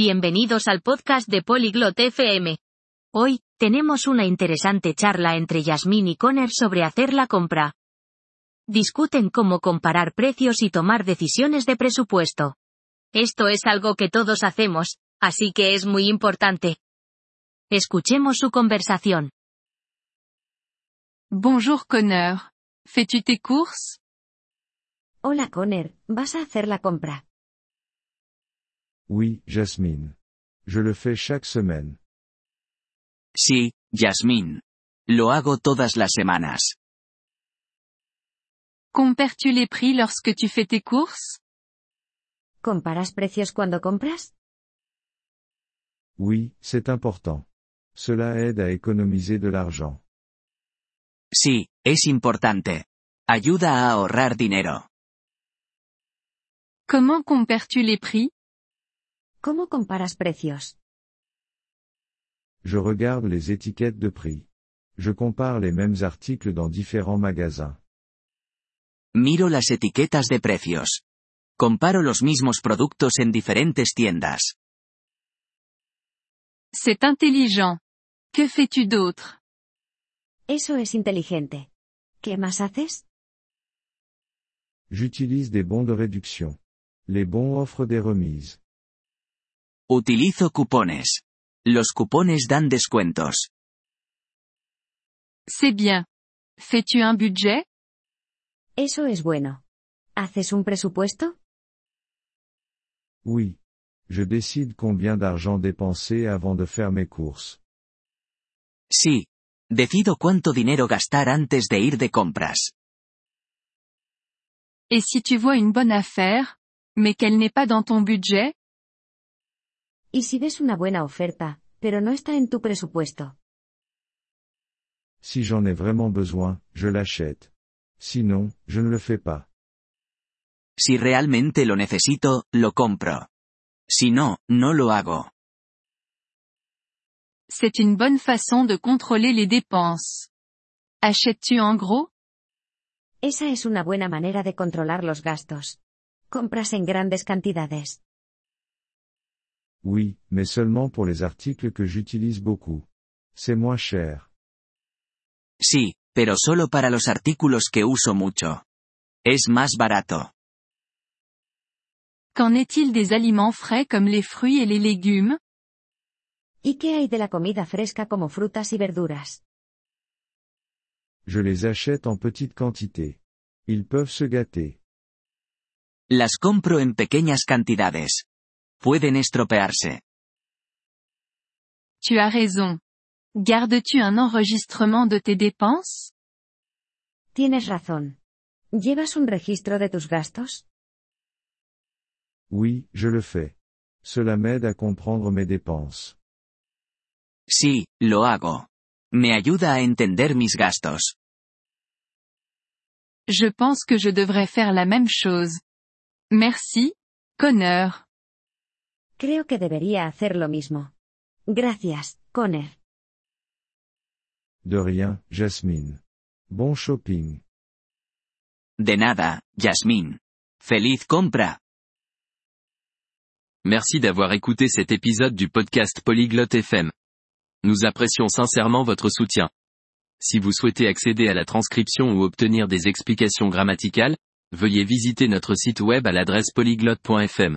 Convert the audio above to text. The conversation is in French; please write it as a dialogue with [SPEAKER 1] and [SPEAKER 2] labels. [SPEAKER 1] Bienvenidos al podcast de Polyglot FM. Hoy, tenemos una interesante charla entre Yasmín y Connor sobre hacer la compra. Discuten cómo comparar precios y tomar decisiones de presupuesto. Esto es algo que todos hacemos, así que es muy importante. Escuchemos su conversación.
[SPEAKER 2] Bonjour Connor. Fais-tu tes courses
[SPEAKER 3] Hola Conner, vas a hacer la compra.
[SPEAKER 4] Oui, Jasmine. Je le fais chaque semaine.
[SPEAKER 5] Sí, Yasmín. Lo hago todas las semanas.
[SPEAKER 2] Compares-tu les prix lorsque tu fais tes courses
[SPEAKER 3] ¿Comparas precios cuando compras?
[SPEAKER 4] Oui, c'est important. Cela aide à économiser de l'argent.
[SPEAKER 5] Sí, es importante. Ayuda a ahorrar dinero.
[SPEAKER 2] Comment compares-tu les prix
[SPEAKER 3] ¿Cómo comparas precios?
[SPEAKER 4] Je regarde les étiquettes de prix. Je compare les mêmes articles dans différents magasins.
[SPEAKER 5] Miro las etiquetas de precios. Comparo los mismos productos en diferentes tiendas.
[SPEAKER 2] C'est intelligent. Que fais-tu d'autre
[SPEAKER 3] Eso es inteligente. ¿Qué más haces?
[SPEAKER 4] J'utilise des bons de réduction. Les bons offrent des remises.
[SPEAKER 5] Utilizo cupones. Los cupones dan descuentos.
[SPEAKER 2] C'est bien. Fais-tu un budget
[SPEAKER 3] Eso es bueno. ¿Haces un presupuesto?
[SPEAKER 4] Oui. Je décide combien d'argent dépenser avant de faire mes courses.
[SPEAKER 5] Sí. Decido cuánto dinero gastar antes de ir de compras.
[SPEAKER 2] Et si tu vois une bonne affaire, mais qu'elle n'est pas dans ton budget
[SPEAKER 3] ¿Y si ves una buena oferta, pero no está en tu presupuesto?
[SPEAKER 4] Si j'en ai vraiment besoin, je l'achète. Sinon, je ne le fais pas.
[SPEAKER 5] Si realmente lo necesito, lo compro. Si no, no lo hago.
[SPEAKER 2] C'est une bonne façon de contrôler les dépenses. Achètes-tu en gros
[SPEAKER 3] Esa es una buena manera de controlar los gastos. Compras en grandes cantidades.
[SPEAKER 4] Oui, mais seulement pour les articles que j'utilise beaucoup. C'est moins cher.
[SPEAKER 5] Sí, pero solo para los artículos que uso mucho. Es más barato.
[SPEAKER 2] Qu'en est-il des aliments frais comme les fruits et les légumes
[SPEAKER 3] ¿Y qué hay de la comida fresca como frutas y verduras?
[SPEAKER 4] Je les achète en petite quantité. Ils peuvent se gâter.
[SPEAKER 5] Las compro en pequeñas cantidades. Pueden estropearse.
[SPEAKER 2] Tu as raison. Gardes-tu un enregistrement de tes dépenses
[SPEAKER 3] Tienes razón. ¿Llevas un registro de tus gastos?
[SPEAKER 4] Oui, je le fais. Cela m'aide à comprendre mes dépenses.
[SPEAKER 5] Sí, lo hago. Me ayuda a entender mis gastos.
[SPEAKER 2] Je pense que je devrais faire la même chose. Merci, Connor.
[SPEAKER 3] Creo que debería hacer lo mismo. Gracias, Conner.
[SPEAKER 4] De rien, Jasmine. Bon shopping.
[SPEAKER 5] De nada, Yasmín. Feliz compra.
[SPEAKER 6] Merci d'avoir écouté cet épisode du podcast Polyglotte FM. Nous apprécions sincèrement votre soutien. Si vous souhaitez accéder à la transcription ou obtenir des explications grammaticales, veuillez visiter notre site web à l'adresse polyglotte.fm.